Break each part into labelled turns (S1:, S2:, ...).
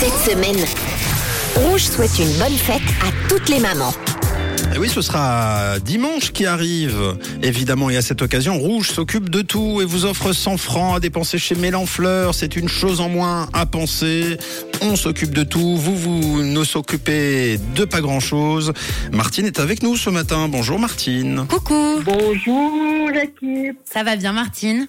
S1: cette semaine. Rouge souhaite une bonne fête à toutes les mamans.
S2: Et Ah oui, ce sera dimanche qui arrive. Évidemment, et à cette occasion, Rouge s'occupe de tout et vous offre 100 francs à dépenser chez Mélanfleur. C'est une chose en moins à penser. On s'occupe de tout. Vous, vous ne s'occupez de pas grand-chose. Martine est avec nous ce matin. Bonjour Martine.
S3: Coucou,
S4: Bonjour l'équipe,
S3: ça va bien Martine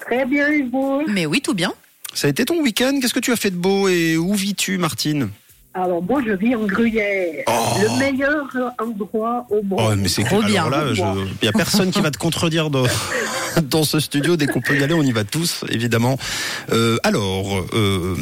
S4: très bien et vous
S3: Mais oui, tout bien.
S2: Ça a été ton week-end Qu'est-ce que tu as fait de beau et où vis-tu Martine
S4: Alors moi je vis en Gruyère,
S2: Oh.
S4: le meilleur endroit au monde.
S2: Oh, mais c'est
S3: Trop
S2: cool.
S3: bien.
S2: Alors là, il y a personne qui va te contredire dans, dans ce studio. Dès qu'on peut y aller, on y va tous, évidemment. Euh, alors, euh,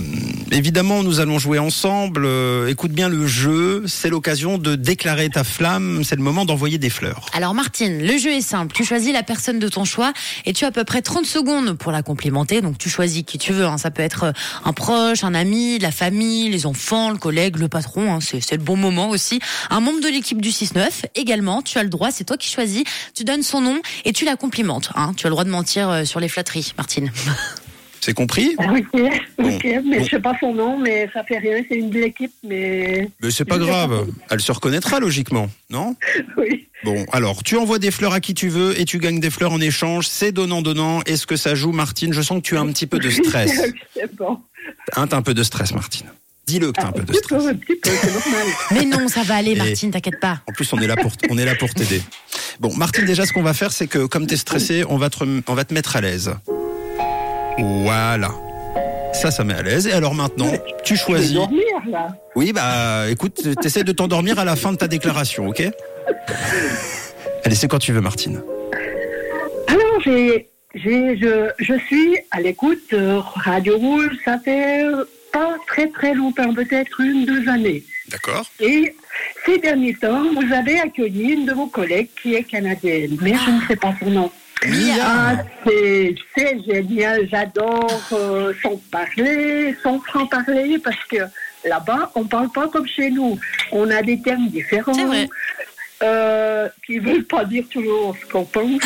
S2: évidemment, nous allons jouer ensemble. Euh, écoute bien le jeu. C'est l'occasion de déclarer ta flamme. C'est le moment d'envoyer des fleurs.
S3: Alors Martine, le jeu est simple. Tu choisis la personne de ton choix et tu as à peu près 30 secondes pour la complimenter. Donc tu choisis qui tu veux. hein. Ça peut être un proche, un ami, la famille, les enfants, le collègue, le patron. hein. C'est c'est le bon moment aussi. Un membre de l'équipe du 6-9 également. Tu as le droit, c'est toi qui choisis. Tu donnes son nom et tu la complimentes. hein. Tu as le droit de mentir euh, sur les flatteries, Martine.
S2: C'est compris
S4: Ok, ok, mais
S2: bon.
S4: je sais pas son nom, mais ça fait rien, c'est une de l'équipe, mais
S2: Mais c'est pas grave. Elle se reconnaîtra logiquement, non
S4: oui.
S2: Bon, alors, tu envoies des fleurs à qui tu veux et tu gagnes des fleurs en échange. C'est donnant-donnant. Est-ce que ça joue, Martine Je sens que tu as un petit peu de stress.
S4: c'est bon.
S2: Hein, t'as un peu de stress, Martine. Dis-le que t'as un peu
S4: Un
S2: de
S4: petit
S2: stress.
S4: peu, un petit peu, c'est normal.
S3: Mais non, ça va aller,
S2: Et-
S3: Martine, t'inquiète pas.
S2: En plus, on est là pour, on est là pour t'aider. Bon, Martine, déjà, ce qu'on va faire, c'est que comme t'es stressé, on va te, rem- on va te mettre à l'aise. Voilà. Ça, ça met à l'aise. Et alors maintenant, tu
S4: Je vais
S2: choisis.
S4: dormir là.
S2: Oui, bah, écoute, t'essaies de t'endormir à la fin de ta déclaration, ok Allez, c'est quand tu veux, Martine.
S4: Alors j'ai, j'ai, je, je suis à l'écoute euh, Radio Rouge, ça fait euh, pas très très longtemps, peut-être une, deux années.
S2: D'accord.
S4: Et ces derniers temps, vous avez accueilli une de vos collègues qui est canadienne, mais je ne sais pas son nom. Ah,
S2: Mia
S4: c'est c'est génial, j'adore euh, son parler, son franc-parler, parce que là-bas, on parle pas comme chez nous. On a des termes différents.
S3: C'est vrai.
S4: Euh, qui veulent pas dire toujours ce qu'on pense.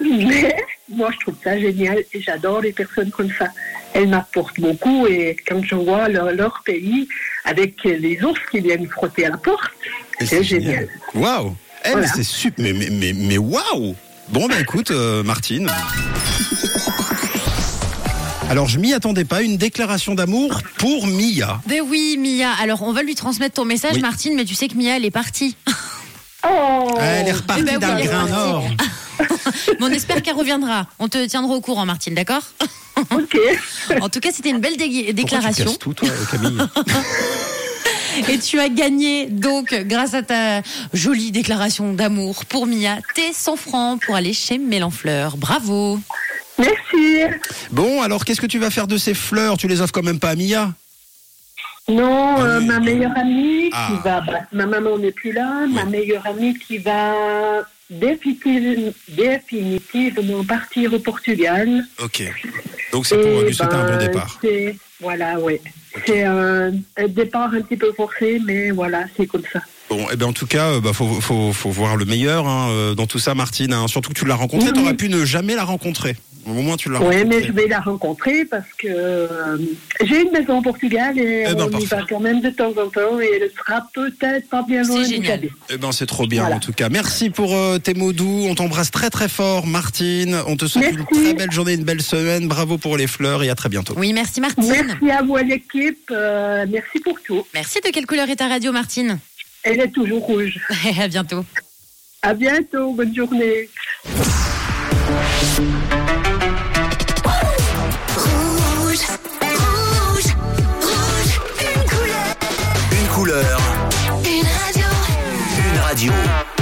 S4: Mais moi, je trouve ça génial et j'adore les personnes comme ça. Elles m'apportent beaucoup et quand je vois leur, leur pays avec les ours qui viennent frotter à la porte,
S2: Mais
S4: c'est génial.
S2: Waouh Eh, mais
S4: Voilà.
S2: c'est super. Mais, mais, mais, mais waouh Bon, bah écoute, euh, Martine. Alors, je m'y attendais pas. Une déclaration d'amour pour Mia.
S3: Mais Ben oui, Mia. Alors on va lui transmettre ton message,
S2: Oui.
S3: Martine, mais tu sais que Mia, elle est partie.
S4: Oh,
S2: Elle est repartie
S3: Eh ben oui,
S2: d'un
S3: elle est
S2: grain
S3: repartie.
S2: d'or.
S3: Mais on espère qu'elle reviendra. On te tiendra au courant, Martine, d'accord
S4: ok.
S3: En tout cas, c'était une belle dé-
S2: Pourquoi tu
S3: déclaration.
S2: casses tout, toi, euh, Camille
S3: Et tu as gagné, donc, grâce à ta jolie déclaration d'amour pour Mia, tes 100 francs pour aller chez Mélanfleur. Bravo
S4: Merci.
S2: Bon, alors qu'est-ce que tu vas faire de ces fleurs Tu les offres quand même pas à Mia
S4: Non, euh,
S2: Ah, oui.
S4: ma meilleure amie
S2: Ah.
S4: qui va. bah, ma maman n'est plus là. Ma meilleure amie qui va définitive- définitivement partir au Portugal.
S2: Ok. Donc euh,
S4: Et ben, c'est- Voilà, oui. C'est un, un départ un petit peu forcé, mais voilà, c'est comme ça.
S2: Bon, et ben en tout cas, euh, bah, faut, faut, faut voir le meilleur hein, euh, dans tout ça, Martine. hein. Surtout que tu l'as rencontrée,
S4: Oui,
S2: t'aurais
S4: oui.
S2: pu ne jamais la rencontrer. Au moins, tu l'as
S4: Oui,
S2: rencontrée.
S4: Mhm. mais je vais la rencontrer parce que euh, j'ai une maison au Portugal et
S2: Eh ben,
S4: on y
S2: parfait.
S4: va quand même de temps en temps et elle sera peut-être pas bien
S3: C'est
S4: loin
S3: génial.
S4: d'Italie.
S2: Eh ben, c'est trop bien,
S4: Voilà.
S2: en tout cas. Merci pour euh, tes mots doux. On t'embrasse très, très fort, Martine. On te souhaite une
S4: Merci.
S2: très belle journée, une belle semaine. Bravo pour les fleurs et à très bientôt.
S3: Oui, merci Martine.
S4: Merci à vous, à l'équipe. euh, merci pour tout.
S3: Merci de quelle couleur est ta radio, Martine
S4: Elle est toujours rouge.
S3: À bientôt.
S4: À bientôt, bonne journée.
S1: Rouge, rouge, rouge, une couleur,
S5: Une couleur,
S1: une radio.
S5: une radio.